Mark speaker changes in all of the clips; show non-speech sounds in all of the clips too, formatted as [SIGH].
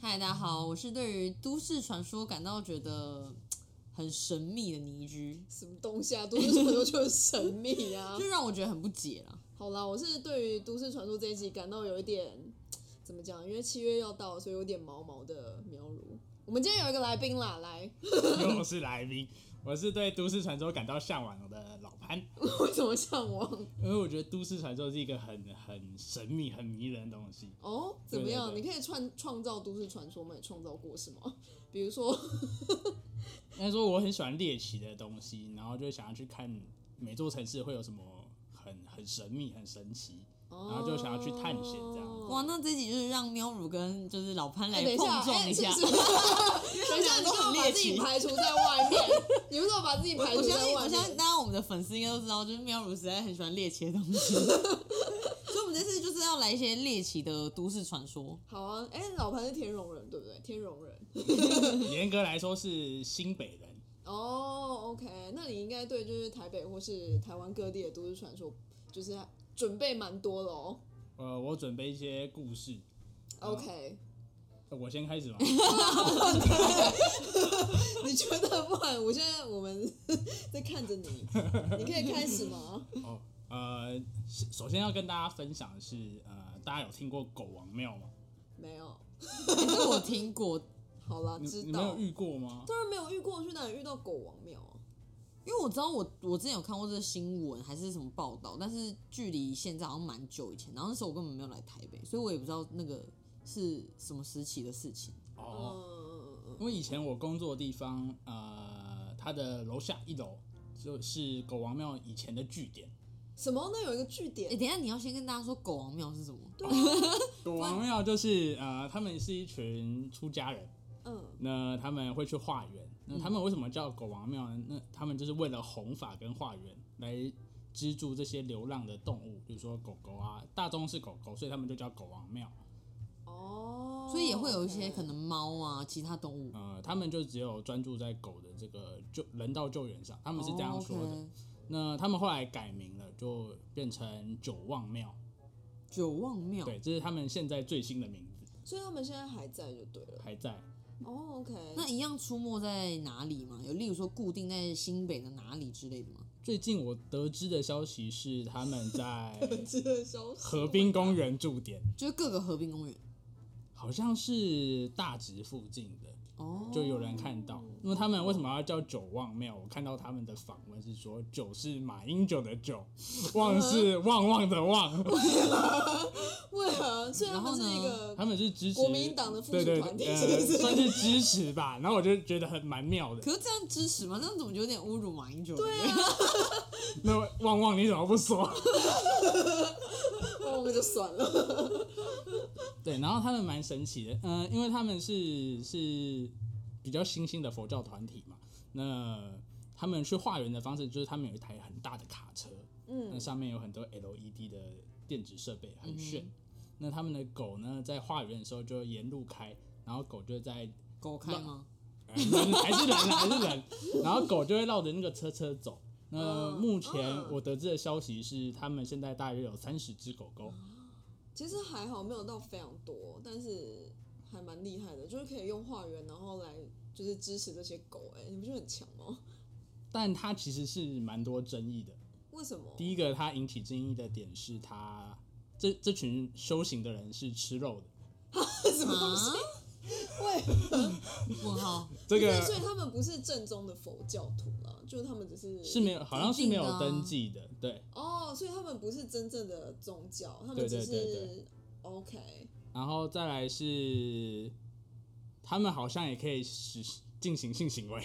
Speaker 1: 大家好，我是对于都市传说感到觉得很神秘的倪居，
Speaker 2: 什么东西啊？都市传说就是神秘啊
Speaker 3: [LAUGHS]
Speaker 1: 就！让我觉得很不解啦。
Speaker 2: 好啦，我是对于都市传说这一集感到有一点怎么讲？因为七月要到了，所以有点毛毛的苗如。我们今天有一个来宾啦，来，
Speaker 3: [LAUGHS] 我是来宾，我是对都市传说感到向往的老潘，
Speaker 2: 为什么向往？
Speaker 3: 因为我觉得都市传说是一个很很神秘、很迷人的东西。
Speaker 2: 哦，怎么样？
Speaker 3: 对对对
Speaker 2: 你可以创创造都市传说吗？你创造过什么？比如说，
Speaker 3: 应该说我很喜欢猎奇的东西，然后就想要去看每座城市会有什么很很神秘、很神奇，
Speaker 2: 然
Speaker 3: 然后就想要去探险这样子。
Speaker 1: 哇，那这集就是让喵乳跟就是老潘来
Speaker 2: 哎，等一
Speaker 1: 碰
Speaker 2: 下，
Speaker 1: 撞
Speaker 2: 哎，
Speaker 1: 一
Speaker 2: 是
Speaker 1: 下。
Speaker 2: 不是？
Speaker 1: [LAUGHS]
Speaker 2: 等一
Speaker 1: 两
Speaker 2: 下，你
Speaker 1: 个都
Speaker 2: 干嘛
Speaker 1: 很
Speaker 2: 把
Speaker 1: 猎
Speaker 2: 自己
Speaker 1: 奇
Speaker 2: 排除在外面？你为什么把自己排
Speaker 1: 我
Speaker 2: 除
Speaker 1: 相
Speaker 2: 在
Speaker 1: 信，
Speaker 2: 外
Speaker 1: 我相信
Speaker 2: 面？
Speaker 1: 大家我们的粉丝应该都知道，就是喵如实在很喜欢猎奇的东西， [LAUGHS] 所以我们这次就是要来一些猎奇的都市传说。
Speaker 2: 好啊，哎、老潘是天龙人，对不对？天龙人。
Speaker 3: 严格来说是新北人，
Speaker 2: 哦、o k 那你应该对就是台北或是台湾各地的都市传说，就是准备蛮多了哦。
Speaker 3: 呃，我准备一些故事，
Speaker 2: OK，、 [LAUGHS]
Speaker 3: 呃我先开始嘛。
Speaker 2: 你觉得不然？我现在我们在看着你，你可以开始吗？
Speaker 3: 哦，呃，首先要跟大家分享的是，呃，大家有听过狗王庙吗？
Speaker 2: 没有，
Speaker 1: 欸这个我听过，
Speaker 2: 好啦，
Speaker 3: 你
Speaker 2: 知
Speaker 3: 你没
Speaker 2: 道
Speaker 3: 有。遇过吗？
Speaker 2: 当然没有遇过，去哪里遇到狗王庙啊？
Speaker 1: 因为我知道我我之前有看过这个新闻还是什么报道，但是距离现在好像蛮久以前，然后那时候我根本没有来台北，所以我也不知道那个是什么时期的事情。
Speaker 3: 哦，
Speaker 2: 嗯，
Speaker 3: 因为以前我工作的地方，呃，它的楼下一楼就是狗王庙以前的据点。
Speaker 2: 嗯什么？那有一个据
Speaker 1: 哎、
Speaker 2: 点，
Speaker 1: 等一下你要先跟大家说狗王庙是什么？对，
Speaker 3: 狗王庙就是呃，他们是一群出家人，
Speaker 2: 嗯，
Speaker 3: 那他们会去化缘。那他们为什么叫狗王庙呢？那他们就是为了弘法跟化缘来资助这些流浪的动物，比如说狗狗啊，大宗是狗狗，所以他们就叫狗王庙。
Speaker 2: 哦，
Speaker 1: 所以也会有一些
Speaker 2: OK
Speaker 1: 可能猫啊，其他动物。
Speaker 3: 呃，他们就只有专注在狗的这个救人道救援上，他
Speaker 1: 他
Speaker 3: 们是这样说的。
Speaker 1: 哦
Speaker 3: 那他们后来改名了，就变成九望庙。
Speaker 1: 九望庙，
Speaker 3: 对，这是他们现在最新的名字，
Speaker 2: 所以他们现在还在就对了。
Speaker 3: 还在。
Speaker 2: 哦，OK，
Speaker 1: 那
Speaker 2: [LAUGHS]
Speaker 1: 一样出没在哪里吗？有例如说固定在新北的哪里之类的吗？
Speaker 3: 最近我得知的消息是，他们在
Speaker 2: [LAUGHS] 这个消息
Speaker 3: 河滨公园驻点，
Speaker 1: 就是各个河滨公园
Speaker 3: 好像是大直附近的，
Speaker 1: 哦，
Speaker 3: 就有人看到。那么他们为什么要叫九望庙？我看到他们的访问是说，九是马英九的九，望
Speaker 2: 嗯
Speaker 3: 是旺旺的旺。
Speaker 2: 为何？虽然
Speaker 1: 然
Speaker 2: 啊他
Speaker 1: 后
Speaker 2: 们是一
Speaker 1: 呢
Speaker 2: 个
Speaker 3: [LAUGHS] 他们是支持
Speaker 2: 国民党的附属
Speaker 3: 对对
Speaker 2: 团体
Speaker 3: 呃
Speaker 2: 是不是
Speaker 3: 算是支持吧。然后我就觉得很蛮妙的。
Speaker 1: 可是这样支持吗？这样怎么有点侮辱马英九？对
Speaker 3: 啊那旺旺你怎么不说？
Speaker 2: 哦，那就算了。
Speaker 3: 对，然后他们蛮神奇的，嗯、因为他们是是比较新兴的佛教团体嘛，那他们去化缘的方式就是他们有一台很大的卡车，
Speaker 2: 嗯
Speaker 3: 那上面有很多 LED 的电子设备，很
Speaker 2: 嗯
Speaker 3: 炫。那他们的狗呢，在化缘的时候就沿路开，然后狗就在
Speaker 1: [LAUGHS] 狗开吗？
Speaker 3: 呃人还是人啊，还是人。然后狗就会绕着那个车车走。那
Speaker 2: 嗯
Speaker 3: 目前
Speaker 2: 嗯
Speaker 3: 我得知的消息是，他们现在大约有三十只狗狗。
Speaker 2: 嗯其实还好，没有到非常多，但是还蛮厉害的，就是可以用化缘，然后来就是支持这些狗、哎，你不觉得很强
Speaker 3: [LAUGHS]
Speaker 2: 吗？
Speaker 3: 但它其实是蛮多争议的。
Speaker 2: 为什么？ [LAUGHS]
Speaker 3: 第一个，它引起争议的点是它这这群修行的人是吃肉的。
Speaker 2: 什么东西？
Speaker 1: 啊？嗯
Speaker 2: 喂，
Speaker 1: 问号，
Speaker 3: 这
Speaker 2: 对所
Speaker 3: 个
Speaker 2: 以他们不是正宗的佛教徒啦，就是他们只是
Speaker 3: 是没有，好像是没有登记的。对，
Speaker 2: 哦，所以他们不是真正的宗教，他们
Speaker 3: 对
Speaker 2: 只
Speaker 3: 对
Speaker 2: 是
Speaker 3: 对对
Speaker 2: OK
Speaker 3: 然后再来是，他们好像也可以实进行性行为。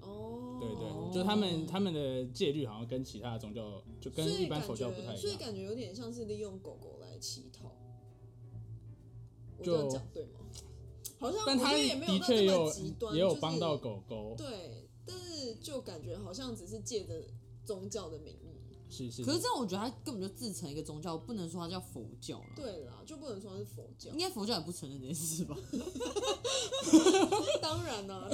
Speaker 2: 哦，
Speaker 3: 对对，就他们他们的戒律好像跟其他的宗教就跟
Speaker 2: 所以
Speaker 3: 一般
Speaker 2: 感
Speaker 3: 佛教
Speaker 2: 觉
Speaker 3: 不太一
Speaker 2: 所以
Speaker 3: 样。
Speaker 2: 感觉有点像是利用狗狗来乞讨。我
Speaker 3: 就
Speaker 2: 这样讲对吗？好像
Speaker 3: 但
Speaker 2: 我觉
Speaker 3: 他
Speaker 2: 得也没
Speaker 3: 的
Speaker 2: 到
Speaker 3: 确
Speaker 2: 那
Speaker 3: 也
Speaker 2: 么
Speaker 3: 有
Speaker 2: 极端，
Speaker 3: 也有
Speaker 2: 就是
Speaker 3: 帮到狗狗，
Speaker 2: 对，但是就感觉好像只是借着宗教的名义，
Speaker 3: 是是。
Speaker 1: 可是这样我觉得它根本就自成一个宗教，不能说它叫佛教了。，
Speaker 2: 对啦，就不能说是佛教
Speaker 3: [LAUGHS]
Speaker 1: 应。该佛教也不承认这件事 [LAUGHS] 吧？
Speaker 2: 当然啦、当然啦、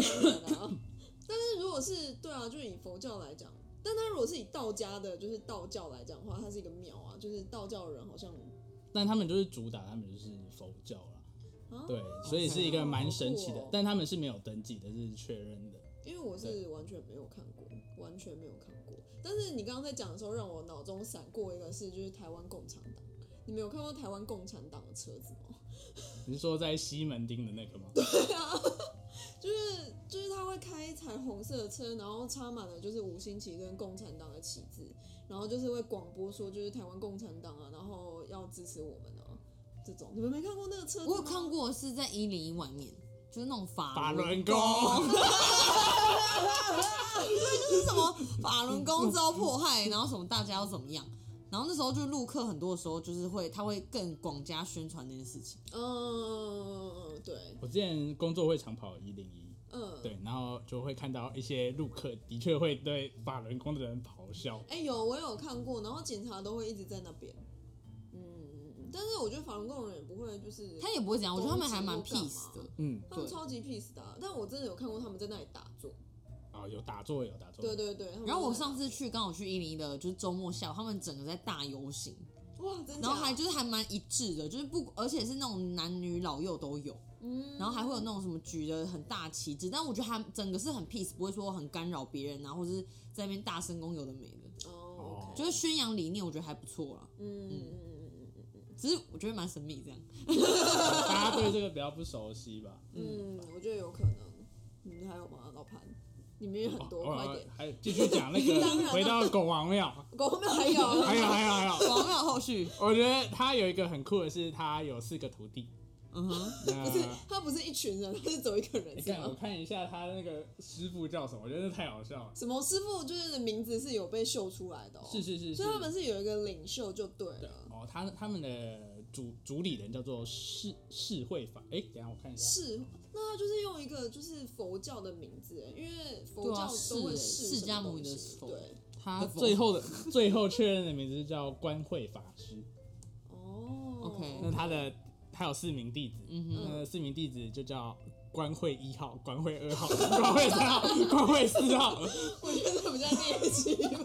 Speaker 2: 但是如果是对啊，就是以佛教来讲，但他如果是以道家的，就是道教来讲的话，它是一个庙啊，就是道教人好像
Speaker 3: 但他们就是主打，他们就是佛教啦。
Speaker 2: 啊
Speaker 3: 对，所以是一个蛮神奇
Speaker 2: 好
Speaker 3: 的
Speaker 2: 酷哦，
Speaker 3: 但他们是没有登记的，是确认的。
Speaker 2: 因为我是完全没有看过，完全没有看过。但是你刚刚在讲的时候，让我脑中闪过一个事，就是台湾共产党。你们有看过台湾共产党的车子吗？
Speaker 3: 你是说在西门町的那
Speaker 2: [LAUGHS]
Speaker 3: 个吗？
Speaker 2: 就是就是他会开一台红色的车，然后插满了就是五星旗跟共产党的旗帜，然后就是会广播说就是台湾共产党啊，然后要支持我们啊这种。你们没看过那个车子吗？
Speaker 1: 我有看过是在一零一外面，就是那种法
Speaker 3: 法轮
Speaker 1: 轮
Speaker 3: 功，
Speaker 1: 就是什么法轮功遭迫害，然后什么大家要怎么样。然后那时候就录课很多的时候，就是会他会更广加宣传这件事情。
Speaker 2: 嗯，对，
Speaker 3: 我之前工作会常跑一零一，
Speaker 2: 嗯，。
Speaker 3: 对，然后就会看到一些路客的确会对法轮功的人咆哮。
Speaker 2: 哎、有我有看过，然后警察都会一直在那边。嗯，但是我觉得法轮功人也不会，就是
Speaker 1: 他也不会讲，我觉得他们还蛮
Speaker 2: 攻击或干
Speaker 1: peace
Speaker 2: 嘛
Speaker 1: 的。
Speaker 3: 嗯，
Speaker 2: 他们
Speaker 1: 对
Speaker 2: 超级 peace 的啊、但我真的有看过他们在那里打坐。
Speaker 3: 哦，有打坐，有打坐。
Speaker 2: 对对对。他们
Speaker 1: 然后我
Speaker 2: 在那
Speaker 1: 上次去刚好去一零一的，就是周末下午，他们整个在大游行，
Speaker 2: 哇，真假
Speaker 1: 然后还就是还蛮一致的，就是不而且是那种男女老幼都有，
Speaker 2: 嗯，
Speaker 1: 然后还会有那种什么举的很大旗帜，但我觉得还整个是很 peace，不会说很干扰别人啊，或者是在那边大声公有的没的，
Speaker 2: 哦，OK，
Speaker 1: 就是宣扬理念，我觉得还不错啦。
Speaker 2: 嗯嗯嗯嗯嗯嗯
Speaker 1: 只是我觉得蛮神秘这样。
Speaker 3: 大家对这个比较不熟悉吧？
Speaker 2: 嗯，嗯，我觉得有可能。嗯，还有吗？老潘，你们也很多，
Speaker 3: 哦
Speaker 2: 快
Speaker 3: 哦
Speaker 2: 点。
Speaker 3: 还有继续讲那
Speaker 2: [LAUGHS]
Speaker 3: 个，回到狗王庙，
Speaker 2: 狗没有还有，
Speaker 3: 还有还有还有，
Speaker 1: 广啊告后续，
Speaker 3: 我觉得他有一个很酷的是，他有四个徒弟。
Speaker 1: 嗯哼，
Speaker 3: 那
Speaker 2: 不是他不是一群人，他是走一个人
Speaker 3: 你
Speaker 2: 是
Speaker 3: 看，我
Speaker 2: 吗？
Speaker 3: 看一下他那个师傅叫什么，我觉得那太好笑了。
Speaker 2: 什么师傅就是名字是有被秀出来的哦，
Speaker 3: 是是是，
Speaker 2: 所以
Speaker 3: 是
Speaker 2: 他们是有一个领袖就对
Speaker 3: 对
Speaker 2: 了。
Speaker 3: 哦，他他们的主主理人叫做释释慧法。哎，等一下我看一下，
Speaker 2: 是，那他就是用一个就是佛教的名字，欸因为佛
Speaker 1: 对啊
Speaker 2: 教都会
Speaker 1: 释
Speaker 2: 释
Speaker 1: 释
Speaker 2: 什么
Speaker 1: 迦牟
Speaker 2: 东
Speaker 1: 尼的
Speaker 2: 西
Speaker 1: 佛
Speaker 2: 对，
Speaker 3: 他最后的最后确认的名字是叫观慧法师。
Speaker 2: 哦
Speaker 1: OK
Speaker 3: 那他的他有四名弟子，
Speaker 1: 嗯哼，
Speaker 3: 那四名弟子就叫观慧一号、观慧二号、观慧三号、观慧四号。
Speaker 2: [LAUGHS] 我觉得比较猎奇吧，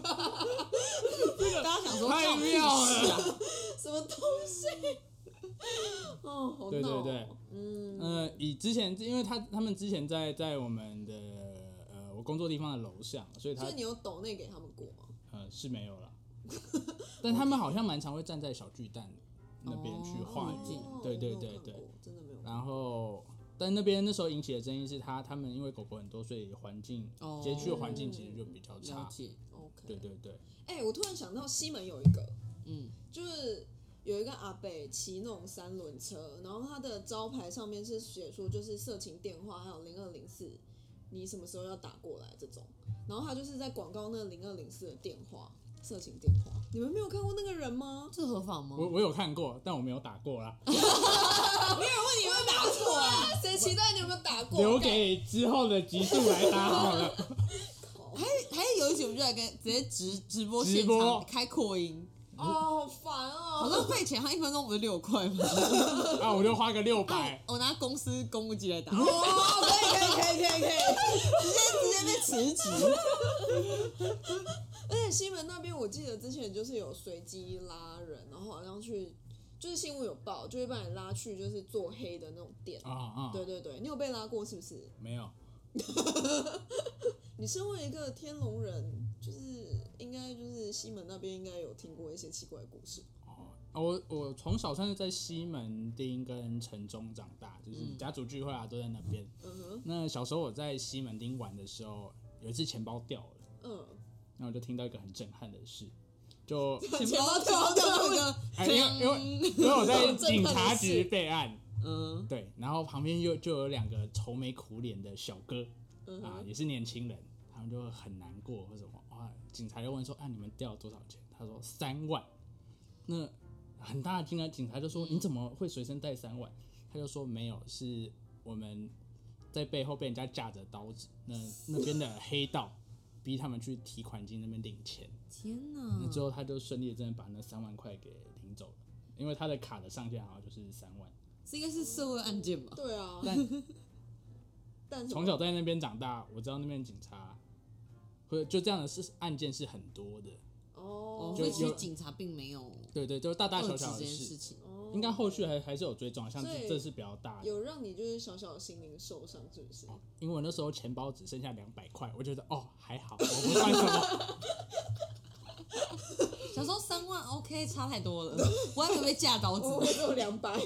Speaker 1: 大家想说
Speaker 3: 太妙了
Speaker 1: 了，
Speaker 2: 什么东西？哦，好
Speaker 3: 对对
Speaker 2: 闹哦
Speaker 3: 对，
Speaker 2: 嗯，
Speaker 3: 呃，以之前，因为他他们之前在在我们的呃我工作地方的楼上，所以他
Speaker 2: 所以你有抖内给他们过吗？
Speaker 3: 呃是没有了。 [LAUGHS] 但他们好像蛮常会站在小巨蛋那边去画
Speaker 1: 哦
Speaker 3: 影，
Speaker 2: 哦
Speaker 3: 对对
Speaker 2: 我没有
Speaker 3: 对
Speaker 2: 看
Speaker 3: 对。
Speaker 2: 过，真的没有看过。
Speaker 1: 啊
Speaker 3: 然后，但那边那时候引起的争议是他他们因为狗狗很多，所以环境
Speaker 1: 哦
Speaker 3: 街区的环境其实就比较
Speaker 1: 了
Speaker 3: 差。
Speaker 1: 解，
Speaker 2: OK，
Speaker 3: 对对对，
Speaker 2: 哎、我突然想到西门有一个，
Speaker 1: 嗯，
Speaker 2: 就是有一个阿北骑那种三轮车，然后他的招牌上面是写说就是色情电话，还有零二零四，你什么时候要打过来这种。然后他就是在广告那零二零四的电话，色情电话。你们没有看过那个人吗？
Speaker 1: 这合法吗？
Speaker 3: 我我有看过，但我没有打过啦，
Speaker 2: 哦你有没有打过啊？谁期待你有没有打过？
Speaker 3: 留给之后的集数来打
Speaker 2: [LAUGHS]
Speaker 3: 好了。
Speaker 1: 还还有一集，我们就来跟直接直直播
Speaker 3: 直
Speaker 1: 现
Speaker 3: 播
Speaker 1: 场开扩音，
Speaker 2: 哦，好烦
Speaker 1: 好
Speaker 2: 哦。
Speaker 1: 像费钱，他一分钟不是六块吗？
Speaker 3: 啊，我就花个六百
Speaker 1: 哎，我拿公司公务机来打，
Speaker 3: 嗯
Speaker 2: 哦，可以可以可以可以可以。
Speaker 1: 直接被辞职。
Speaker 3: [LAUGHS]
Speaker 2: 而且西门那边，我记得之前就是有随机拉人，然后好像去，就是新闻有报，就会把你拉去就是做黑的那种店。
Speaker 3: 啊啊，
Speaker 2: 对对对，你有被拉过是不是？
Speaker 3: 没有。
Speaker 2: 你身为一个天龙人，就是应该就是西门那边应该有听过一些奇怪的故事。
Speaker 3: 啊，我我从小算是在西门町跟城中长大，就是家族聚会啊都在那边。
Speaker 2: 嗯哼，
Speaker 3: 那小时候我在西门町玩的时候，有一次钱包掉了，
Speaker 2: 嗯，
Speaker 3: 然后我就听到一个很震撼的事，就
Speaker 1: 钱包掉掉那个，
Speaker 3: 哎因为因为 [LAUGHS] 因为我在警察局备案，
Speaker 1: 嗯，
Speaker 3: 对，然后旁边又就有两个愁眉苦脸的小哥
Speaker 2: 嗯
Speaker 3: 啊，
Speaker 2: 哼，
Speaker 3: 也是年轻人，他们就很难过或什么啊，警察就问说，啊，你们掉了多少钱？他说三万，那很大的金额，警察就说你怎么会随身带三万？他就说没有，是我们在背后被人家架着刀子，那那边的黑道逼他们去提款机那边领钱。
Speaker 1: 天
Speaker 3: 那
Speaker 1: 哪！
Speaker 3: 之后他就顺利地真的把那三万块给领走了，因为他的卡的上限好像就是三万。
Speaker 1: 这应该是社会案件吧？
Speaker 2: 对啊，
Speaker 3: 但
Speaker 2: 但什么
Speaker 3: 从小在那边长大，我知道那边警察会就这样的事案件是很多的，
Speaker 1: 哦，，
Speaker 2: 哦
Speaker 3: 就
Speaker 1: 所以其
Speaker 3: 有
Speaker 1: 实警察并没有
Speaker 3: 对对，就是大大小
Speaker 1: 遏
Speaker 3: 小
Speaker 1: 制这
Speaker 3: 的
Speaker 1: 件事
Speaker 3: 事。
Speaker 1: 情。
Speaker 2: 哦哦，
Speaker 3: 应该后续还还是有追踪啊，像
Speaker 2: 所
Speaker 3: 这
Speaker 2: 以
Speaker 3: 这是比较大的。
Speaker 2: 有让你就是小小的心灵受伤，是不是？
Speaker 3: 因为我那时候钱包只剩下两百块，我觉得哦还好，我不算什么。 [LAUGHS]
Speaker 1: 小时候三万 OK 差太多了，我还以为被架刀子
Speaker 3: [LAUGHS]
Speaker 2: 我
Speaker 1: 呢。
Speaker 2: 只有两百，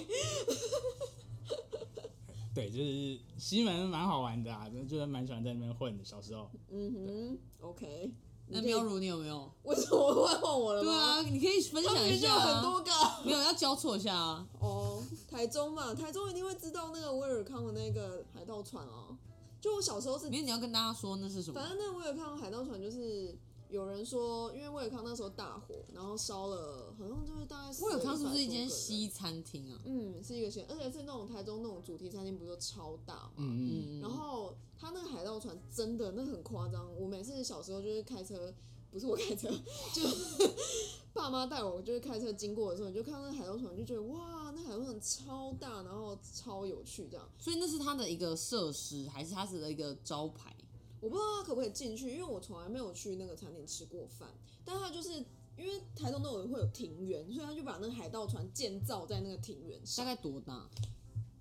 Speaker 3: 对，就是西门蛮好玩的啊，就是蛮喜欢在那边混的。小时候
Speaker 2: 嗯哼，OK。
Speaker 1: 那
Speaker 2: 你可以
Speaker 1: 喵如你有没有？
Speaker 2: 为什么会换我了
Speaker 1: 对
Speaker 2: 吗？
Speaker 1: 啊，你可以分
Speaker 2: 他
Speaker 1: 享一
Speaker 2: 明明就
Speaker 1: 下
Speaker 2: 有很
Speaker 1: 啊。
Speaker 2: 多个。
Speaker 1: 没有要交错一下啊，
Speaker 2: 哦，台中嘛，台中一定会知道那个威尔康的那个海盗船啊。就我小时候是
Speaker 1: 因为你要跟大家说那是什么
Speaker 2: 反。正那威尔康海盗船就是有人说，因为威尔康那时候大火，然后烧了，好像就是大概死了
Speaker 1: 威尔康是不是一间
Speaker 2: 100多个人
Speaker 1: 西餐厅啊？
Speaker 2: 嗯，是一个县，而且是那种台中那种主题餐厅，不是都超大嘛。
Speaker 3: 嗯嗯
Speaker 1: 嗯，
Speaker 2: 然后他那个海盗船真的那很夸张，我每次小时候就是开车，不是我开车，就是 [LAUGHS] 爸妈带我，就是开车经过的时候，你就看到那个海盗船，就觉得哇，那海盗船超大，然后超有趣这样。
Speaker 1: 所以那是它的一个设施，还是它是的一个招牌？
Speaker 2: 我不知道他可不可以进去，因为我从来没有去那个餐厅吃过饭。但他就是因为台东都有会有庭园，所以他就把那个海盗船建造在那个庭园
Speaker 1: 大
Speaker 2: 上。
Speaker 1: 概多大？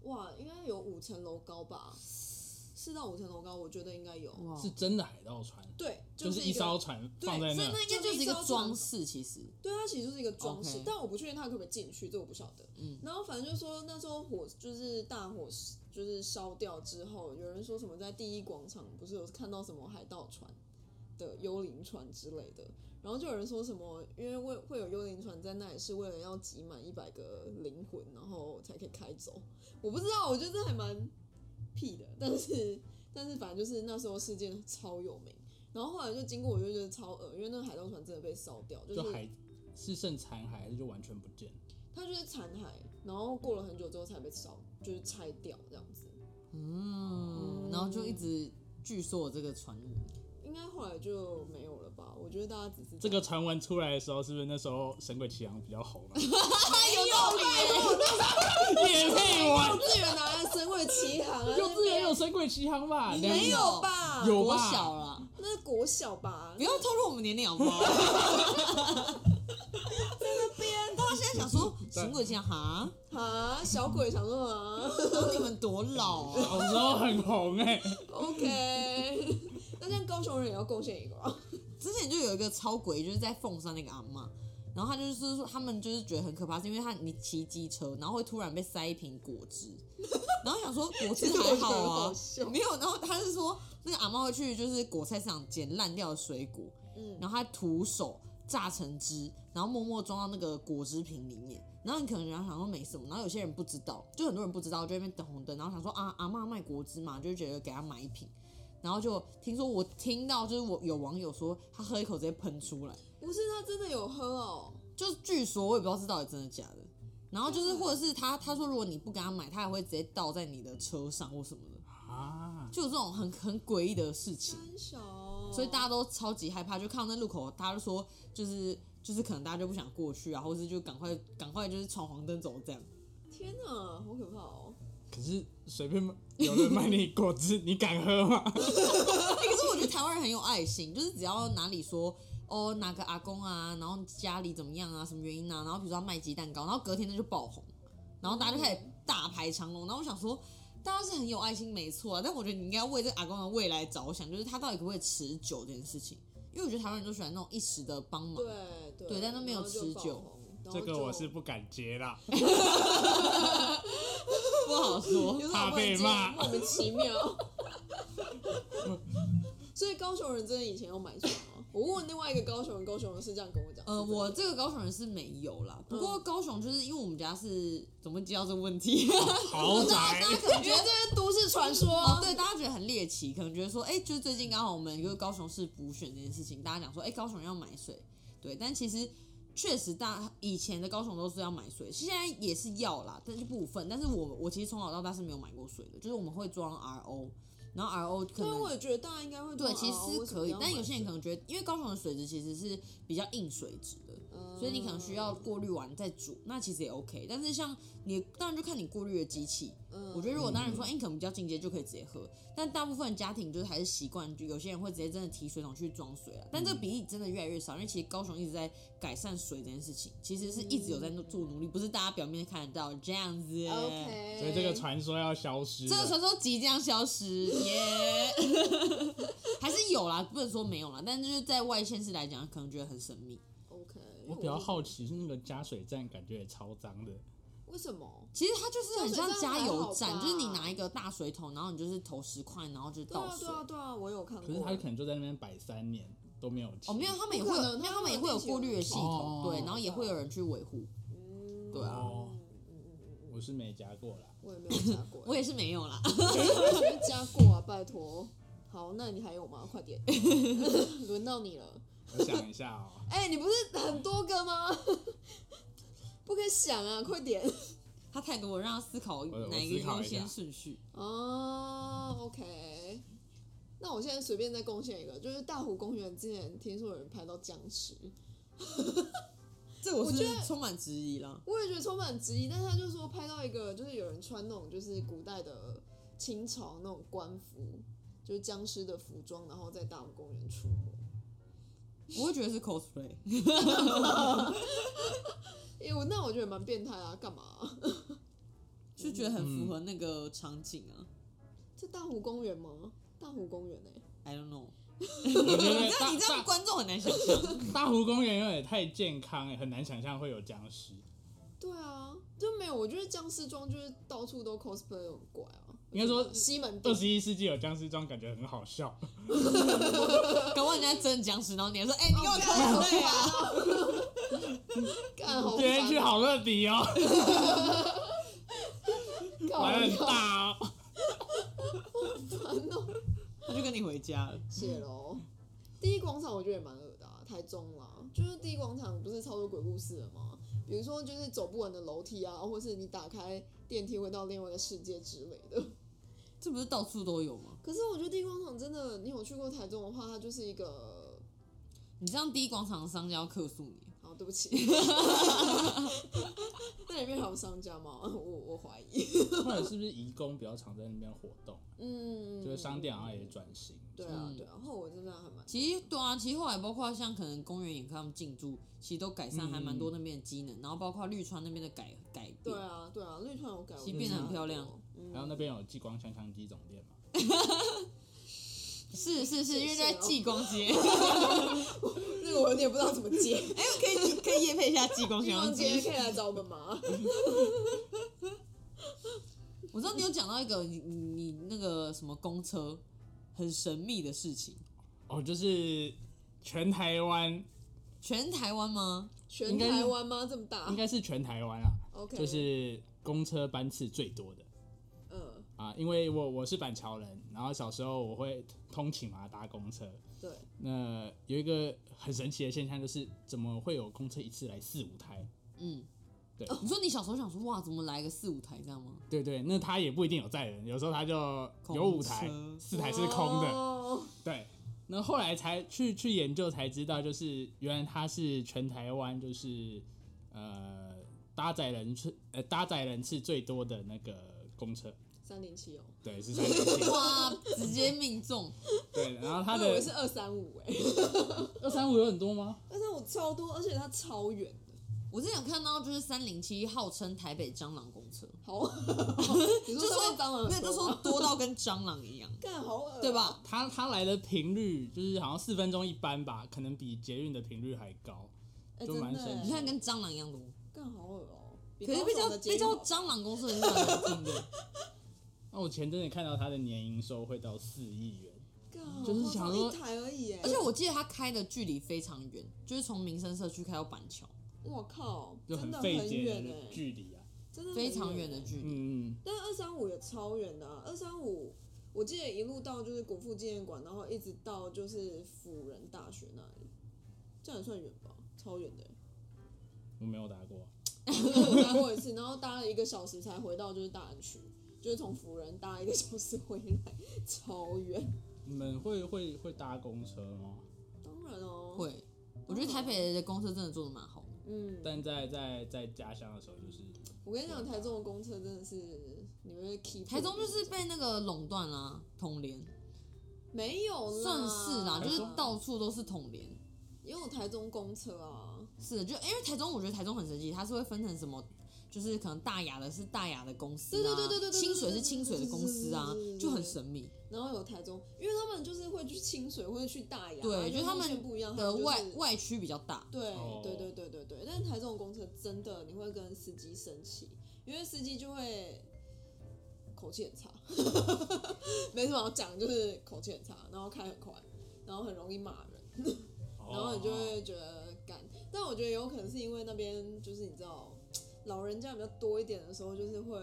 Speaker 2: 哇，应该有五层楼高吧，四到五层楼高，我觉得应该有。
Speaker 1: 哇，
Speaker 3: 是真的海盗船，
Speaker 2: 对，
Speaker 3: 就是是一
Speaker 2: 个
Speaker 3: 艘船放在
Speaker 1: 所以
Speaker 3: 那，
Speaker 1: 那应该就是一个
Speaker 2: 就那一艘
Speaker 1: 装饰，其实
Speaker 2: 对，它其实就是一个装饰
Speaker 1: OK
Speaker 2: 但我不确定它可不可以进去，这我不晓得。
Speaker 1: 嗯
Speaker 2: 然后反正就说那时候火就是大火就是烧掉之后，有人说什么在第一广场不是有看到什么海盗船的幽灵船之类的，然后就有人说什么因为会会有幽灵船在那里是为了要挤满一百个灵魂，然后才可以开走。我不知道，我觉得这还蛮屁的，但是但是反正就是那时候事件超有名。然后后来就经过，我就觉得超恶，因为那个海盗船真的被烧掉，就是
Speaker 3: 就海是剩残骸还是就完全不见？
Speaker 2: 它就是残骸，然后过了很久之后才被烧，就是拆掉这样子。
Speaker 1: 嗯，然后就一直据说有这个传闻，
Speaker 2: 应该后来就没有了吧？我觉得大家只是
Speaker 3: 这个传闻出来的时候，是不是那时候《神鬼奇航》比较红啊？
Speaker 1: [LAUGHS] 有道理耶。
Speaker 3: 也配
Speaker 2: 哎幼
Speaker 3: 玩，
Speaker 2: 稚园拿来身为奇行
Speaker 1: [LAUGHS]
Speaker 2: 啊，
Speaker 3: 幼稚园有《神鬼奇航》吧？
Speaker 1: 你
Speaker 3: 两
Speaker 2: 没有吧？
Speaker 3: 有
Speaker 1: 国
Speaker 3: 吧
Speaker 1: 小啦，
Speaker 2: 那是国小吧
Speaker 1: 不？要透露我们年龄好不好？ [LAUGHS] 在那边，他现在想说，神鬼讲哈，
Speaker 2: 啊，小鬼想说啊
Speaker 1: 然后你们多老啊？ [LAUGHS]
Speaker 3: 小时候很红哎、
Speaker 2: [LAUGHS] ，OK，那 [LAUGHS] 这样高雄人也要贡献一个啊。
Speaker 1: 之前就有一个超鬼，就是在凤山那个阿嬷，然后她就是说，他们就是觉得很可怕，是因为她你骑机车，然后会突然被塞一瓶果汁， [LAUGHS] 然后想说果汁还好啊
Speaker 2: 好，笑，
Speaker 1: 没有，然后她是说那个阿嬷会去就是果菜市场捡烂掉的水果，
Speaker 2: [LAUGHS] 嗯，
Speaker 1: 然后她徒手榨成汁，然后默默装到那个果汁瓶里面。然后你可能然后想说没什么，然后有些人不知道，就很多人不知道，就在那边等红灯，然后想说啊阿嬷卖果汁嘛，就觉得给她买一瓶。然后就听说我听到就是我有网友说他喝一口直接喷出来，
Speaker 2: 不是他真的有喝哦，
Speaker 1: 就是据说我也不知道是到底真的假的。然后就是或者是他他说如果你不给他买，他还会直接倒在你的车上或什么的，
Speaker 3: 啊，
Speaker 1: 就有这种很很诡异的事情。
Speaker 2: 三小哦，
Speaker 1: 所以大家都超级害怕，就看到那路口，大家就说就是就是可能大家就不想过去啊，或是就赶快赶快就是闯黄灯走这样。 [LAUGHS]
Speaker 2: 天哪，好可怕哦。
Speaker 3: 可是随便有人卖你果汁，你敢喝
Speaker 1: [LAUGHS]
Speaker 3: 吗？
Speaker 1: 欸可是我觉得台湾人很有爱心，就是只要哪里说哦哪个阿公啊，然后家里怎么样啊，什么原因啊，然后比如说他卖鸡蛋糕，然后隔天那就爆红，然后大家就开始大排长龙。然后我想说，大家是很有爱心没错啊，但我觉得你应该为这个阿公的未来着想，就是他到底可不可以持久这件事情，因为我觉得台湾人都喜欢那种一时的帮忙。
Speaker 2: 对对
Speaker 1: 对但都没有
Speaker 2: 然后就
Speaker 1: 持
Speaker 2: 爆
Speaker 1: 久
Speaker 2: 红，然后
Speaker 3: 这个我
Speaker 2: 就是
Speaker 3: 不敢接啦。
Speaker 1: 不好说
Speaker 2: 有，种
Speaker 3: 怕
Speaker 1: [LAUGHS]
Speaker 3: 被骂
Speaker 2: 莫名其
Speaker 3: [LAUGHS]
Speaker 2: 妙。所以高雄人真的以前要买船吗？我问另外一个高雄人，高雄人是这样跟嗯我讲。
Speaker 1: 呃，
Speaker 2: 是真的
Speaker 1: 我这个高雄人是没有啦，不过高雄就是因为我们家是怎么接到这个问题？ [LAUGHS]
Speaker 2: 哦
Speaker 3: 豪宅
Speaker 1: 大家可能觉
Speaker 2: 觉
Speaker 1: 得
Speaker 2: 得这是都市传说
Speaker 1: 哦，对，大家觉得很猎奇，可能觉得说，哎、就是最近刚好我们一个高雄市补选这件事情，大家讲说，哎、高雄人要买水，对，但其实确实大以前的高雄都是要买水，现在也是要啦，但是部分，但是我我其实从小到大是没有买过水的，就是我们会装 RO，然后 RO 可
Speaker 2: 对，
Speaker 1: 能
Speaker 2: 我也觉得大家应该会
Speaker 1: 对，
Speaker 2: 说
Speaker 1: 其
Speaker 2: 啊为
Speaker 1: 实
Speaker 2: 什
Speaker 1: 可
Speaker 2: 么
Speaker 1: 以
Speaker 2: 要，
Speaker 1: 但
Speaker 2: 买
Speaker 1: 有些人可能觉得，因为高雄的水质其实是比较硬水质的，
Speaker 2: 嗯
Speaker 1: 所以你可能需要过滤完再煮，那其实也 OK。但是像你，当然就看你过滤的机器。
Speaker 2: 嗯，
Speaker 3: [LAUGHS]
Speaker 1: 我觉得如果当然说，哎、你可能比较进阶就可以直接喝，但大部分家庭就是还是习惯，就有些人会直接真的提水桶去装水啊。但这
Speaker 2: 嗯
Speaker 1: 个比例真的越来越少，因为其实高雄一直在改善水这件事情，其实是一直有
Speaker 2: 嗯
Speaker 1: 在做努力，不是大家表面看得到这样子。
Speaker 2: OK，
Speaker 3: 所以这个传说要消失了。
Speaker 1: 这个传说即将消失，耶、 [LAUGHS] 还是有啦，不能说没有啦，但就是在外县市来讲，可能觉得很神秘。
Speaker 2: OK，
Speaker 3: 我比较好，奇是那个加水站，感觉也超脏的。
Speaker 2: 为什么？
Speaker 1: 其实它就是很像加油
Speaker 2: 这样
Speaker 1: 站，
Speaker 2: 还好吧
Speaker 1: 就是你拿一个大水桶，然后你就是投十块，然后就
Speaker 2: 对
Speaker 1: 倒
Speaker 2: 啊
Speaker 1: 水。
Speaker 2: 对啊对啊，我有看过。
Speaker 3: 可是他可能就在那边摆三年都没有
Speaker 1: 哦，
Speaker 3: 清。
Speaker 1: 没有，他们也
Speaker 2: 不
Speaker 1: 会
Speaker 2: 可
Speaker 1: 有，
Speaker 2: 能
Speaker 1: 没有，
Speaker 2: 他
Speaker 1: 他
Speaker 2: 们
Speaker 1: 们也
Speaker 2: 有
Speaker 1: 会有
Speaker 2: 定期
Speaker 1: 过滤的系
Speaker 3: 哦
Speaker 1: 统，对，然后也会
Speaker 2: 啊
Speaker 1: 有人去维护。
Speaker 2: 嗯
Speaker 1: 对啊
Speaker 3: 哦
Speaker 2: 嗯嗯嗯嗯
Speaker 3: 我是没加过啦。
Speaker 2: 我也没有加
Speaker 1: [LAUGHS]
Speaker 2: 过，
Speaker 1: 我也是没有啦，
Speaker 2: 我没加过啊，拜托。好，那你还有吗？快点， [LAUGHS] 轮到你了。
Speaker 3: 我想一下 [LAUGHS] 哦，
Speaker 2: 哎、你不是很多个吗？ [LAUGHS] 不可以想啊，快点。
Speaker 1: 他太多了，让他思考
Speaker 3: 我
Speaker 1: 哪一个
Speaker 3: 思考
Speaker 1: 优
Speaker 3: 一下
Speaker 1: 先顺序。
Speaker 2: 哦，OK。那我现在随便再贡献一个，就是大湖公园之前听说有人拍到僵尸，
Speaker 1: 这我
Speaker 2: 我觉
Speaker 1: 是
Speaker 2: 得
Speaker 1: 充满质疑啦。
Speaker 2: 我也觉得充满质疑，但是他就说拍到一个就是有人穿那种就是古代的清朝那种官服，就是僵尸的服装，然后在大湖公园出没。
Speaker 1: 我会觉得是 cosplay， [LAUGHS]
Speaker 2: 哎、我那我觉得蛮变态啊，干嘛啊、
Speaker 1: 就觉得很
Speaker 3: 嗯
Speaker 1: 符合那个场景啊。
Speaker 2: 这大湖公园吗？大湖公园哎、
Speaker 1: I don't know，
Speaker 3: [LAUGHS] 我觉
Speaker 1: 你
Speaker 3: 得
Speaker 1: 这样你这样
Speaker 3: 大
Speaker 1: 观众很难想象。
Speaker 3: 大大湖公园有点太健康，很难想象会有僵尸。
Speaker 2: 对啊，就没有。我觉得僵尸装就是到处都 cosplay 很怪啊。
Speaker 3: 应该说
Speaker 2: 我觉得西门
Speaker 3: 二
Speaker 2: 町
Speaker 3: 十一世纪有僵尸装，感觉很好笑。
Speaker 1: 搞不好人家真的僵尸，然后你还说，哎，你给我
Speaker 2: 哦
Speaker 1: 看
Speaker 2: 干
Speaker 1: 对啊。
Speaker 2: 好烦哦 [LAUGHS] 干好
Speaker 3: 今天去
Speaker 2: 烦
Speaker 3: 好乐迪哦，
Speaker 2: 哦
Speaker 3: 玩很
Speaker 2: 干好
Speaker 3: 大哦。
Speaker 2: 烦哦。
Speaker 1: 他就跟你回家了。
Speaker 2: 谢喽。第一广场我觉得也蛮恶的、啊，台中啦，就是第一广场不是超多鬼故事的吗？比如说就是走不稳的楼梯啊，或是你打开电梯会到另外一个世界之类的。
Speaker 1: 这不是到处都有吗？
Speaker 2: 可是我觉得第一广场真的，你有去过台中的话，它就是一个
Speaker 1: 你这样第一广场的商家要客诉你，
Speaker 2: 好，哦对不起。
Speaker 1: [LAUGHS]
Speaker 2: 那里面还有商家吗？ [LAUGHS] 我我怀疑。
Speaker 3: [LAUGHS] 或者是不是移工比较常在那边活动？
Speaker 2: 嗯，
Speaker 3: 就是商店好像也转型。
Speaker 2: 对啊
Speaker 1: 嗯
Speaker 2: 对啊，后我真的还蛮
Speaker 1: 其实对啊，其实后来包括像可能公园也跟他们进驻，其实都改善还蛮多那边的机能，然后包括绿川那边的改改变。
Speaker 2: 嗯对啊对啊，绿川有改，
Speaker 1: 其实变
Speaker 3: 得很
Speaker 1: 漂亮。
Speaker 2: 嗯
Speaker 3: 然后那边有激光香香鸡总店嘛，
Speaker 1: 是是
Speaker 2: 谢
Speaker 1: 是，
Speaker 2: 谢
Speaker 1: 因为在
Speaker 2: 哦
Speaker 1: 继光
Speaker 2: [LAUGHS]
Speaker 1: 街，哎
Speaker 2: 那个我有点不知道怎么接。
Speaker 1: 可
Speaker 3: [LAUGHS]
Speaker 1: 以可以夜配一下继光
Speaker 2: 绿
Speaker 1: 香
Speaker 2: 光街
Speaker 1: 街。
Speaker 2: 可以来找我们
Speaker 3: [LAUGHS]
Speaker 2: 吗？
Speaker 1: 我知道你有讲到一个你你你那个什么公车很神秘的事情，
Speaker 3: 哦，就是全台湾，
Speaker 1: 全台湾吗？
Speaker 2: 全
Speaker 3: 应该是
Speaker 2: 台湾吗？这么大
Speaker 3: 应该是全台湾啊，
Speaker 2: ？OK，
Speaker 3: 就是公车班次最多的
Speaker 2: 嗯，
Speaker 3: 啊。因为我我是板桥人，然后小时候我会通勤嘛，搭公车。
Speaker 2: 对，
Speaker 3: 那有一个很神奇的现象，就是怎么会有公车一次来四五台？
Speaker 1: 嗯，
Speaker 3: 对
Speaker 2: 哦
Speaker 1: 你说你小时候想说哇，怎么来个四五台这样吗？
Speaker 3: 对对，那他也不一定有载人，有时候他就
Speaker 1: 空
Speaker 3: 有五台
Speaker 1: 车，
Speaker 3: 四台是空的。
Speaker 2: 哦
Speaker 3: 对，那后来才去去研究才知道，就是原来它是全台湾就是呃搭载人次呃搭载人次最多的那个公车，
Speaker 2: 三零七哦，
Speaker 3: 对，是三零七。
Speaker 1: 哇，啊直接命中！
Speaker 3: 对，然后
Speaker 2: 我
Speaker 3: 它
Speaker 2: 以为
Speaker 3: 的
Speaker 2: 是二三五哎，
Speaker 3: 二三五有很多吗？
Speaker 2: 二三五超多，而且它超远的。
Speaker 1: 我之前有看到就是三零七号称台北蟑螂公车， [LAUGHS]
Speaker 2: 好，你
Speaker 1: 就
Speaker 2: 说上面蟑螂很多吗，
Speaker 1: 没有就说多到跟蟑螂一样，
Speaker 2: 干好恶，
Speaker 1: 对？吧？
Speaker 3: 它它来的频率就是好像四分钟一班吧，可能比捷运的频率还高。
Speaker 2: 哎，
Speaker 3: 就
Speaker 2: 真
Speaker 3: 蛮神
Speaker 2: 的
Speaker 1: 你
Speaker 3: 奇
Speaker 2: 欸，
Speaker 1: 看跟蟑螂一样多，
Speaker 2: 干好恶哦。比
Speaker 1: 可是
Speaker 2: 高
Speaker 1: 被
Speaker 2: 雄
Speaker 1: 叫
Speaker 2: 的捷
Speaker 1: 被
Speaker 2: 运
Speaker 1: 叫
Speaker 2: 好
Speaker 1: 蟑螂公司很难听的。
Speaker 3: 那我前阵子看到它的年营收会到四亿元，
Speaker 2: 干好
Speaker 3: 就是
Speaker 2: 夸张
Speaker 3: 想说
Speaker 2: 一台而已哎，
Speaker 1: 而且我记得他开的距离非常远，就是从民生社区开到板桥，
Speaker 2: 我靠，
Speaker 3: 就
Speaker 2: 真的
Speaker 3: 费解
Speaker 2: 远
Speaker 3: 的
Speaker 2: 哎，
Speaker 3: 距离啊。
Speaker 2: 真的很
Speaker 1: 非常远
Speaker 2: 欸
Speaker 1: 的距离。
Speaker 3: 嗯，
Speaker 2: 但二三五也超远的、啊，二三五我记得一路到就是国父纪念馆，然后一直到就是辅仁大学那里，这样也算远吧？超远的、
Speaker 3: 我没有搭过。
Speaker 2: 我搭过一
Speaker 1: [LAUGHS]
Speaker 2: 次，然后搭了一个小时才回到就是大安区，就是从辅仁搭一个小时回来，超远。
Speaker 3: 你们会会会搭公车吗？
Speaker 2: 当然哦，
Speaker 1: 会，我觉得台北的公车真的做的蛮好的，
Speaker 2: 嗯，
Speaker 3: 但在在在家乡的时候，就是
Speaker 2: 我跟你讲，台中的公车真的是你会 keep
Speaker 1: 台中就是被那个垄断啦，统联
Speaker 2: 没有啦，
Speaker 1: 算是啦，
Speaker 3: 台
Speaker 1: 就
Speaker 3: 中
Speaker 1: 是到处都是统联。
Speaker 2: 因为我台中公车啊，
Speaker 1: 是的，就因为台中，我觉得台中很神奇，它是会分成什么，就是可能大雅的是大雅的公司、啊，
Speaker 2: 对对对对对对对
Speaker 1: 清水是清水的公司啊
Speaker 2: 是是是是，是
Speaker 1: 就很神秘。
Speaker 2: 然后有台中，因为他们就是会去清水，会去大雅，
Speaker 1: 对，
Speaker 2: 就
Speaker 1: 就是他
Speaker 2: 路线
Speaker 1: 们
Speaker 2: 不一样
Speaker 1: 的
Speaker 2: 他
Speaker 1: 外
Speaker 2: 们就是
Speaker 1: 外区比较大，
Speaker 2: 对
Speaker 3: 哦
Speaker 2: 对对对对对，但是台中的公车真的你会跟司机生气，因为司机就会口气很差， [LAUGHS] 没什么好讲，就是口气很差，然后开很快，然后很容易骂人，
Speaker 3: 然
Speaker 2: 然后你就会觉得干。但我觉得有可能是因为那边就是你知道，老人家比较多一点的时候，就是会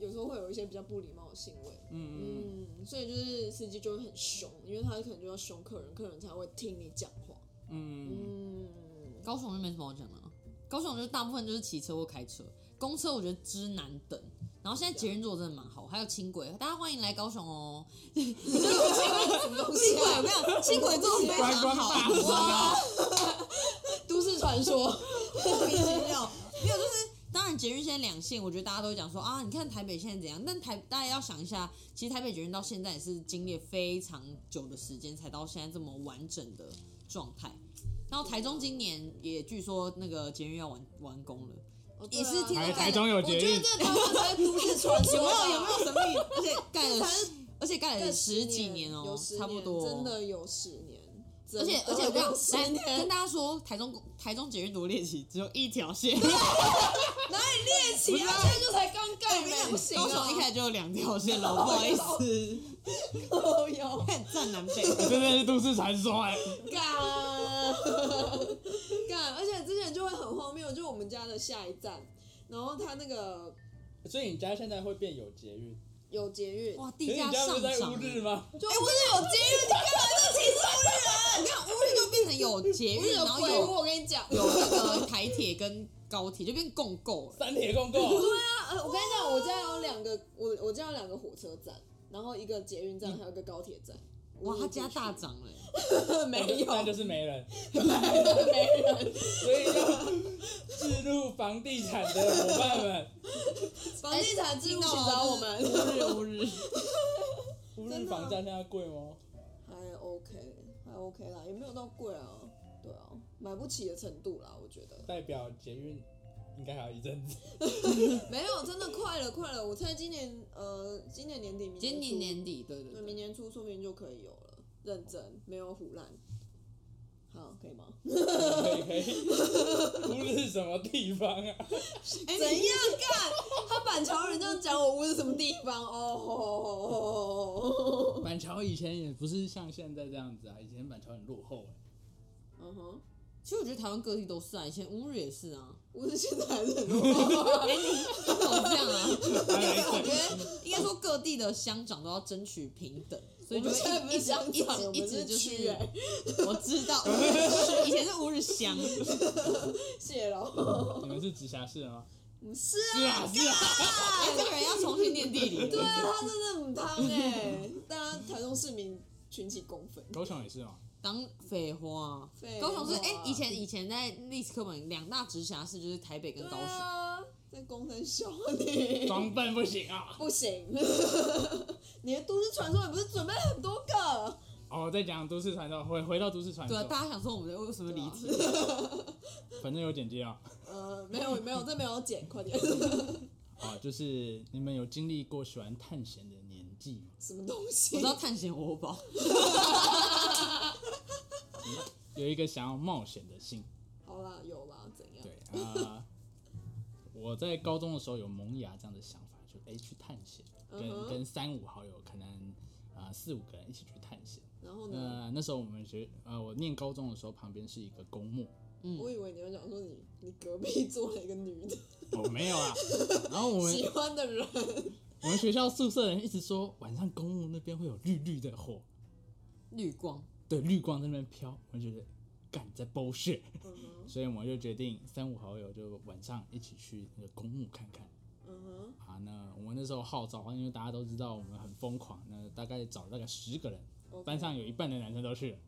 Speaker 2: 有时候会有一些比较不礼貌的行为，
Speaker 3: 嗯嗯
Speaker 2: 嗯，所以就是司机就会很凶，因为他可能就要凶客人，客人才会听你讲话。
Speaker 3: 嗯
Speaker 2: 嗯， [LAUGHS]
Speaker 1: 高雄就没什么好讲的、啊。高雄就是大部分就是骑车或开车，公车我觉得之难等。然后现在捷运做得真的蛮好，还有轻轨，大家欢迎来高雄哦。轻轨有没有？轻轨做的非
Speaker 3: 观
Speaker 1: 常
Speaker 3: 光
Speaker 1: 好
Speaker 3: 大，使啊
Speaker 1: 哇，
Speaker 2: 都市传说，
Speaker 1: 莫名其妙。没有，就是当然捷运现在两线，我觉得大家都会讲说啊，你看台北现在怎样？但台大家要想一下，其实台北捷运到现在也是经历了非常久的时间，才到现在这么完整的状态。然后台中今年也据说那个捷运要完完工了。
Speaker 2: 哦
Speaker 1: [LAUGHS] 也是听
Speaker 2: 对
Speaker 1: 说 [LAUGHS]
Speaker 2: 啊
Speaker 3: 台台中有
Speaker 2: 我觉
Speaker 3: 捷
Speaker 2: 得
Speaker 3: 运，
Speaker 2: 这台湾才是都市传说
Speaker 1: 有没
Speaker 2: 吧，
Speaker 1: 有有没有 [LAUGHS] 神秘？而且盖了
Speaker 2: 才
Speaker 1: 十，而且盖了
Speaker 2: 这
Speaker 1: 十几年哦、
Speaker 2: 有十
Speaker 1: 差不
Speaker 2: 年
Speaker 1: 多。哦
Speaker 2: 真，的有十年，
Speaker 1: 而且而且我
Speaker 2: 真的
Speaker 1: 刚
Speaker 2: 有十
Speaker 1: 来跟
Speaker 2: 年，
Speaker 1: 大家说，台中台中捷运多猎奇，只有一条线。
Speaker 2: 猎奇啊，现在就才刚盖没
Speaker 1: 高
Speaker 2: 不行啊，
Speaker 1: 雄一开始就有两条线了，不好意 [LAUGHS] 思，
Speaker 2: 都有
Speaker 1: 看站南北。
Speaker 3: 真的是都市传说哎。
Speaker 2: 干干，而且之前就会很荒谬，就我们家的下一站，然后他那个
Speaker 3: [LAUGHS] 所以你家现在会变有捷运？
Speaker 2: 有捷运，
Speaker 1: [LAUGHS] 哇，
Speaker 3: 可
Speaker 1: 地
Speaker 3: 是你
Speaker 1: 价
Speaker 3: 家不
Speaker 1: 上
Speaker 3: 是在
Speaker 1: 涨欸
Speaker 3: 乌。日吗？
Speaker 2: 就哎、我是有捷运，你干嘛在歧视
Speaker 1: 你看乌日就变成有捷
Speaker 2: 我？不是
Speaker 1: 运，然
Speaker 2: 有
Speaker 1: 后
Speaker 2: 鬼屋，
Speaker 1: 有
Speaker 2: 我跟你讲。
Speaker 1: 有那个台铁跟高铁，就变共购了。
Speaker 3: 三铁共
Speaker 2: [LAUGHS]
Speaker 3: 购，
Speaker 2: 啊，呃我跟你讲，我家有两个，我我家有两个火车站，然后一个捷运站，还有一个高铁站。
Speaker 1: 哇，
Speaker 2: 我
Speaker 1: 他
Speaker 2: 有
Speaker 1: 家
Speaker 2: 去
Speaker 1: 大涨了欸。
Speaker 2: [LAUGHS] 没
Speaker 3: 那
Speaker 2: 有
Speaker 3: 就是没人，
Speaker 2: 没人，
Speaker 3: 所以要置入房地产的伙伴
Speaker 2: [LAUGHS]
Speaker 3: 们，
Speaker 2: [LAUGHS] 房地产之路
Speaker 1: 听到
Speaker 2: 请
Speaker 1: 了
Speaker 2: 找我
Speaker 1: 乌
Speaker 2: 们，
Speaker 1: 日乌
Speaker 2: [LAUGHS]
Speaker 1: 日，
Speaker 3: 乌
Speaker 2: 真
Speaker 3: 日
Speaker 2: 的啊
Speaker 3: 房价现在贵吗？
Speaker 2: 还 OK 还 OK 啦，也没有到贵啊，对啊，买不起的程度啦，我觉得
Speaker 3: 代表捷运应该还有一阵子。 [LAUGHS]
Speaker 2: 没有，真的快了快了，我猜今年呃今年年底，明
Speaker 1: 今
Speaker 2: 初
Speaker 1: 年年底，对对
Speaker 2: 对
Speaker 1: 对。
Speaker 2: 明年初说明就可以有了，认真没有胡乱，好可以吗？
Speaker 3: 可以可以，乌日什么地方啊？
Speaker 1: 哎
Speaker 2: 怎
Speaker 1: 你
Speaker 2: 样干？他板桥人这样讲我屋是什么地方？哦，
Speaker 3: 板桥以前也不是像现在这样子啊，以前板桥很落后、欸
Speaker 2: 嗯哼，
Speaker 1: 其实我觉得台湾各地都是啊，以前乌日也是
Speaker 2: [LAUGHS]
Speaker 1: 啊，
Speaker 2: 屋子现在还是很
Speaker 1: [LAUGHS]
Speaker 2: 多。
Speaker 1: 怎么这样啊？我
Speaker 3: 欸。
Speaker 1: 觉得应该说各地的乡长都要争取平等，所以就
Speaker 2: 我们
Speaker 1: 会
Speaker 2: 现在不
Speaker 1: 一一
Speaker 2: 是乡
Speaker 1: 直
Speaker 2: 长，我
Speaker 1: 一直一
Speaker 2: 们
Speaker 1: 直
Speaker 2: 是
Speaker 1: 就
Speaker 2: 区
Speaker 1: 是
Speaker 2: 哎，
Speaker 1: 我知
Speaker 2: [LAUGHS]
Speaker 1: 道，是以前是乌日乡，
Speaker 2: 谢喽。
Speaker 3: 你们是直辖市的吗？
Speaker 2: 不是
Speaker 3: 是啊是啊，
Speaker 1: 哎，这个人要重新念地理，
Speaker 2: 对，啊，他真的很汤哎，大家台中市民群起公愤。
Speaker 3: 高雄也是哦吗？
Speaker 1: 当废话。
Speaker 2: 废
Speaker 1: 高雄是
Speaker 2: 话
Speaker 1: 哎、以前以前在历史课本两大直辖市就是台北跟高
Speaker 2: 对
Speaker 1: 雄，
Speaker 2: 啊，在公山小你
Speaker 3: 装笨不行
Speaker 2: [LAUGHS]
Speaker 3: 啊！
Speaker 2: 不行， [LAUGHS] 你的都市传说也不是准备很多个。
Speaker 3: 哦，再讲都市传说，回回到都市传
Speaker 1: 对啊，
Speaker 3: 说，
Speaker 1: 大家想说我们为什么离
Speaker 2: 啊
Speaker 1: 题？
Speaker 3: 反正有简介啊。
Speaker 2: 呃，没有没有，这没有剪，快点， [LAUGHS]
Speaker 3: 啊，就是你们有经历过喜欢探险的年纪吗？
Speaker 2: 什么东西？
Speaker 1: 我知道探险活宝，
Speaker 3: 有一个想要冒险的心。
Speaker 2: 好啦，有啦，怎样？
Speaker 3: 对啊、我在高中的时候有萌芽这样的想法，就哎、去探险，跟、
Speaker 2: 嗯哼
Speaker 3: 跟三五好友可能啊四五个人一起去探险。
Speaker 2: 然后呢？
Speaker 3: 那那时候我们学呃我念高中的时候，旁边是一个公墓，
Speaker 1: 嗯，
Speaker 2: 我以为你会讲说你你隔壁坐了一个女的，
Speaker 3: 我、没有啊。然后我们
Speaker 2: 喜欢的
Speaker 1: [LAUGHS]
Speaker 2: 人，
Speaker 3: 我们学校宿舍人一直说晚上公墓那边会有绿绿的火，
Speaker 1: 绿光，
Speaker 3: 对，绿光在那边飘，我就觉得干你在 bullshit，
Speaker 2: 嗯哼，
Speaker 3: 所以我们就决定三五好友就晚上一起去那个公墓看看。
Speaker 2: 嗯哼，
Speaker 3: 啊，那我们那时候号召，因为大家都知道我们很疯狂，那大概找了大概十个人，
Speaker 2: OK
Speaker 3: 班上有一半的男生都去了，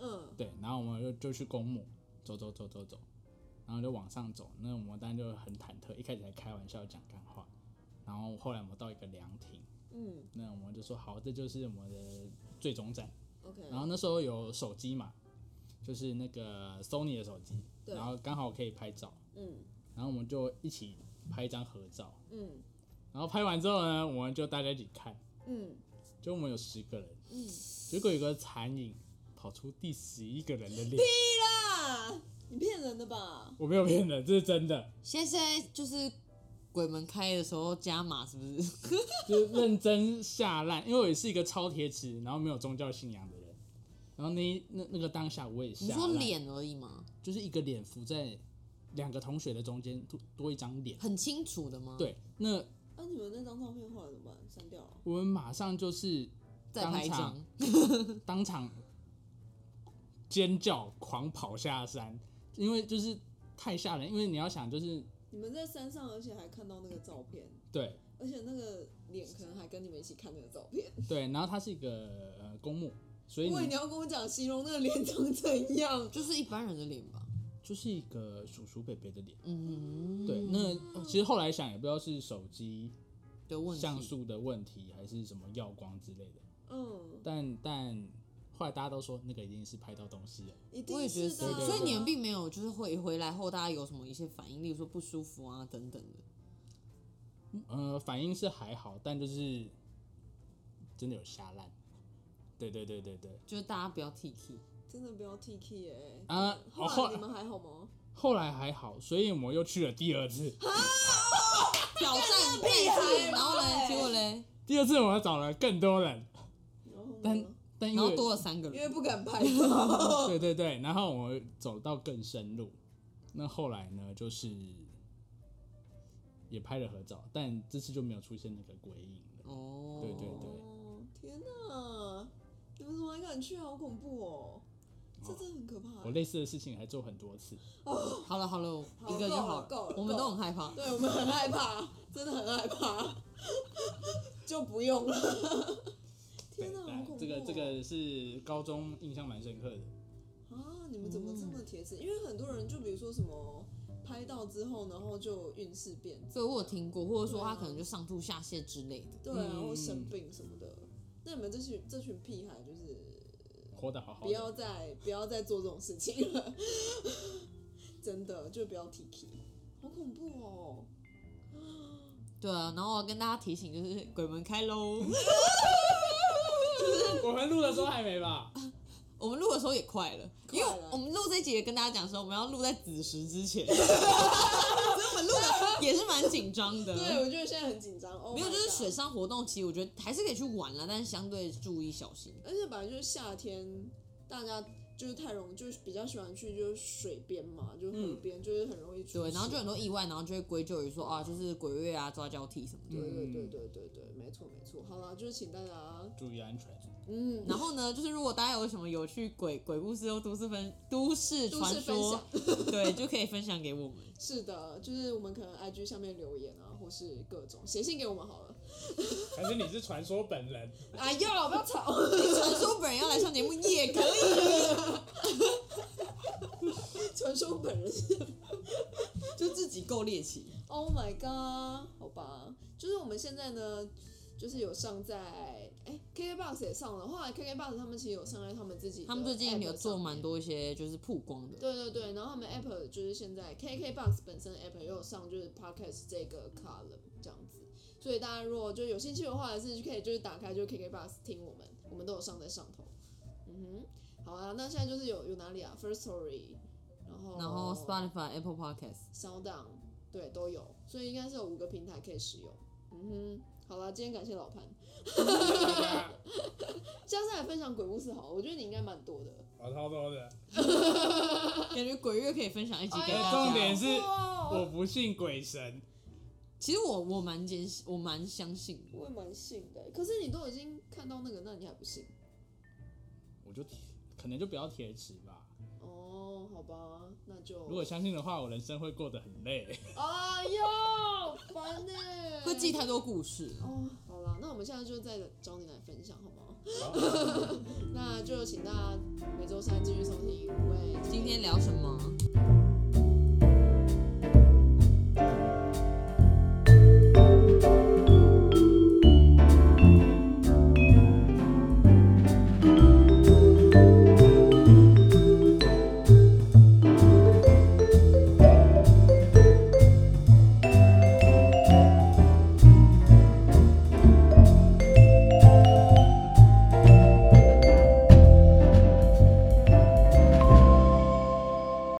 Speaker 2: 嗯，
Speaker 3: 对，然后我们就就去公墓，走走走走走，然后就往上走。那我们当然就很忐忑，一开始还开玩笑讲干话，然后后来我们到一个凉亭，
Speaker 2: 嗯
Speaker 3: 那我们就说好，这就是我们的最终站。
Speaker 2: ，OK，
Speaker 3: 然后那时候有手机嘛，就是那个 Sony 的手机，
Speaker 2: 对
Speaker 3: 然后刚好可以拍照，
Speaker 2: 嗯
Speaker 3: 然后我们就一起拍一张合照。
Speaker 2: 嗯
Speaker 3: 然后拍完之后呢，我们就大家一起看，
Speaker 2: 嗯
Speaker 3: 就我们有十个人，
Speaker 2: 嗯，
Speaker 3: 结果有个残影跑出第十一个人的脸，
Speaker 2: 啊，你骗人的吧？
Speaker 3: 我没有骗人，这是真的，
Speaker 1: 现在现在就是鬼门开的时候加码，是不是？
Speaker 3: 就是认真下烂，因为我也是一个超铁齿，然后没有宗教信仰的人，然后那一那那个当下我也
Speaker 1: 你
Speaker 3: 下
Speaker 1: 说
Speaker 3: 烂，
Speaker 1: 脸而已吗？
Speaker 3: 就是一个脸浮在两个同学的中间，多多一张脸，
Speaker 1: 很清楚的吗？，
Speaker 3: 对，那
Speaker 2: 那、啊你们那张照片后来怎么办？删掉了？
Speaker 3: 我们马上就是
Speaker 1: 再拍一张。
Speaker 3: 当场尖叫狂跑下山，因为就是太吓人，因为你要想就是
Speaker 2: 你们在山上，而且还看到那个照片，
Speaker 3: 对。
Speaker 2: 而且那个脸可能还跟你们一起看那个照片。
Speaker 3: 对，然后它是一个呃公墓，所以
Speaker 2: 因为你
Speaker 3: 你
Speaker 2: 要跟我讲形容那个脸长怎样？
Speaker 1: 就是一般人的脸吧。
Speaker 3: 就是一个叔叔伯伯的脸。
Speaker 1: 嗯，
Speaker 3: 对，那呃其实后来想也不知道是手机
Speaker 1: 的问
Speaker 3: 像
Speaker 1: 题。
Speaker 3: 素的问题，还是什么耀光之类的，
Speaker 2: 嗯，
Speaker 3: 但但后来大家都说那个一定是拍到东西了。
Speaker 2: 嗯一定
Speaker 1: 我也觉得
Speaker 2: 是
Speaker 1: 是
Speaker 2: 的啊。，
Speaker 1: 所以你们并没有就是会回来后大家有什么一些反应，例如说不舒服啊等等的。嗯
Speaker 3: 呃，反应是还好，但就是真的有吓烂。对对对对对，
Speaker 1: 就是大家不要 T K，
Speaker 2: 真的不要 T K 哎。
Speaker 3: 啊
Speaker 2: 后
Speaker 3: 后
Speaker 2: 来
Speaker 3: 来
Speaker 2: 你们还好吗？
Speaker 3: 后来还好，所以我们又去了第二次。
Speaker 1: 挑战配
Speaker 2: 屁孩
Speaker 1: 置，
Speaker 2: 嘛
Speaker 1: 然后嘞，
Speaker 2: 哎
Speaker 1: 结果嘞，
Speaker 3: 第二次我们找了更多人，
Speaker 2: 然后
Speaker 3: 但
Speaker 2: 呢？
Speaker 3: 但
Speaker 1: 嗯
Speaker 3: 因
Speaker 1: 然后
Speaker 3: 为
Speaker 1: 多了三个
Speaker 2: 因
Speaker 1: 人，
Speaker 2: 为不敢拍照。
Speaker 3: 对对对，然后我走到更深入，那后来呢，就是也拍了合照，但这次就没有出现那个鬼影了。
Speaker 1: 哦，
Speaker 3: 对对对
Speaker 2: 哦，天哪！你们怎么还敢去？啊好恐怖哦！这真的很可怕欸。
Speaker 3: 我类似的事情还做很多次，
Speaker 1: 好了好了，
Speaker 2: 好
Speaker 1: 一个就好
Speaker 2: 够了够了
Speaker 1: 我们都很害怕。
Speaker 2: 对我们很害怕，真的很害怕，就不用了。天哪，好
Speaker 3: 但
Speaker 2: 恐怖、哦！
Speaker 3: 这个这个是高中印象蛮深刻的。
Speaker 2: 啊，你们怎么这么铁齿？因为很多人就比如说什么拍到之后，然后就运势变差，
Speaker 1: 所以我有听过，或者说
Speaker 2: 对啊
Speaker 1: 他可能就上吐下泻之类的。
Speaker 2: 对啊，
Speaker 3: 嗯
Speaker 2: 或生病什么的。那你们这群这群屁孩就是
Speaker 3: 活得好好
Speaker 2: 不要
Speaker 3: 的，
Speaker 2: 再不要再做这种事情了， [LAUGHS] 真的就不要提起，好恐怖哦！
Speaker 1: 对啊，然后我要跟大家提醒，就是鬼门开喽。
Speaker 3: 我们录的时候还没吧？
Speaker 1: 我们录的时候也快了，因为
Speaker 2: 快了
Speaker 1: 我们录这一集也跟大家讲说，我们要录在子时之
Speaker 2: [LAUGHS]
Speaker 1: 前，所以我们录的也是蛮紧张的。
Speaker 2: 对，我觉得现在很紧张。Oh
Speaker 1: 没有，
Speaker 2: my
Speaker 1: 就是
Speaker 2: god
Speaker 1: 水上活动，其实我觉得还是可以去玩了，但是相对注意小心。
Speaker 2: 而且本来就是夏天，大家就是太容易，就是比较喜欢去就是水边嘛，就是河边，就是很容易出
Speaker 1: 对，
Speaker 2: 事。
Speaker 1: 然后就很多意外，然后就会归咎于说啊，就是鬼月啊、抓交替什么的。
Speaker 2: 对对对对对对，没错没错。好啦，就是请大家，
Speaker 3: 注意安全。
Speaker 2: 嗯，
Speaker 1: 然后呢，就是如果大家有什么有趣鬼鬼故事或都市分都市
Speaker 2: 都
Speaker 1: 传
Speaker 2: 市分
Speaker 1: 说
Speaker 2: 享，
Speaker 1: 对，就可以分享给我
Speaker 2: [LAUGHS]
Speaker 1: 们。
Speaker 2: 是的，就是我们可能 IG 上面留言啊，或是各种写信给我们好了。
Speaker 3: 还是你是传说本
Speaker 2: [LAUGHS]
Speaker 3: 人？
Speaker 2: 哎呀，不要吵。 [LAUGHS]
Speaker 1: 传说本人要来上节目也可以，
Speaker 2: 传说本人
Speaker 1: 就自己够猎奇。
Speaker 2: ，Oh my god，好吧，就是我们现在呢。就是有上在哎、k k b o x 也上了，后来 KKBOX 他们其实有上在他们自己的 app 上
Speaker 1: 他们
Speaker 2: 面，
Speaker 1: 最近有做蛮多一些就是曝光的，
Speaker 2: 对对对，然后他们 App 就是现在 KKBox 本身的 App 也有上就是 Podcast 这个 column 这样子，所以大家如果就有兴趣的话，还是可以就是打开就是 KKBox 听我们，我们都有上在上头。嗯哼，好啊，那现在就是有有哪里啊？First Story，然后
Speaker 1: 然
Speaker 3: 哦
Speaker 1: 后 Spotify、Apple Podcast，
Speaker 2: Sound，对，都有，所以应该是有五个平台可以使用。嗯哼，好啦，今天感谢老潘，下次来分享鬼故事好了，我觉得你应该蛮多的。
Speaker 3: 我超多的，
Speaker 1: 感觉鬼月可以分享一集给大
Speaker 2: 哎呀
Speaker 1: 家。
Speaker 3: 重点是
Speaker 2: 哇
Speaker 3: 我不信鬼神，
Speaker 1: 其实我我蛮坚信，我蛮相信的。
Speaker 2: 我也蛮信的，欸可是你都已经看到那个，那你还不信？
Speaker 3: 我就铁可能就不要铁齿吧。
Speaker 2: 哦，好吧，那就
Speaker 3: 如果相信的话，我人生会过得
Speaker 2: [LAUGHS]
Speaker 3: 很累。
Speaker 2: 哎呦，烦呢、
Speaker 1: 会记太多故事了。
Speaker 2: 哦，好啦，好，那我们现在就再找你来分享，好不好？
Speaker 4: 好
Speaker 2: 那就请大家每周三继续收听，因为
Speaker 1: 今天聊什么？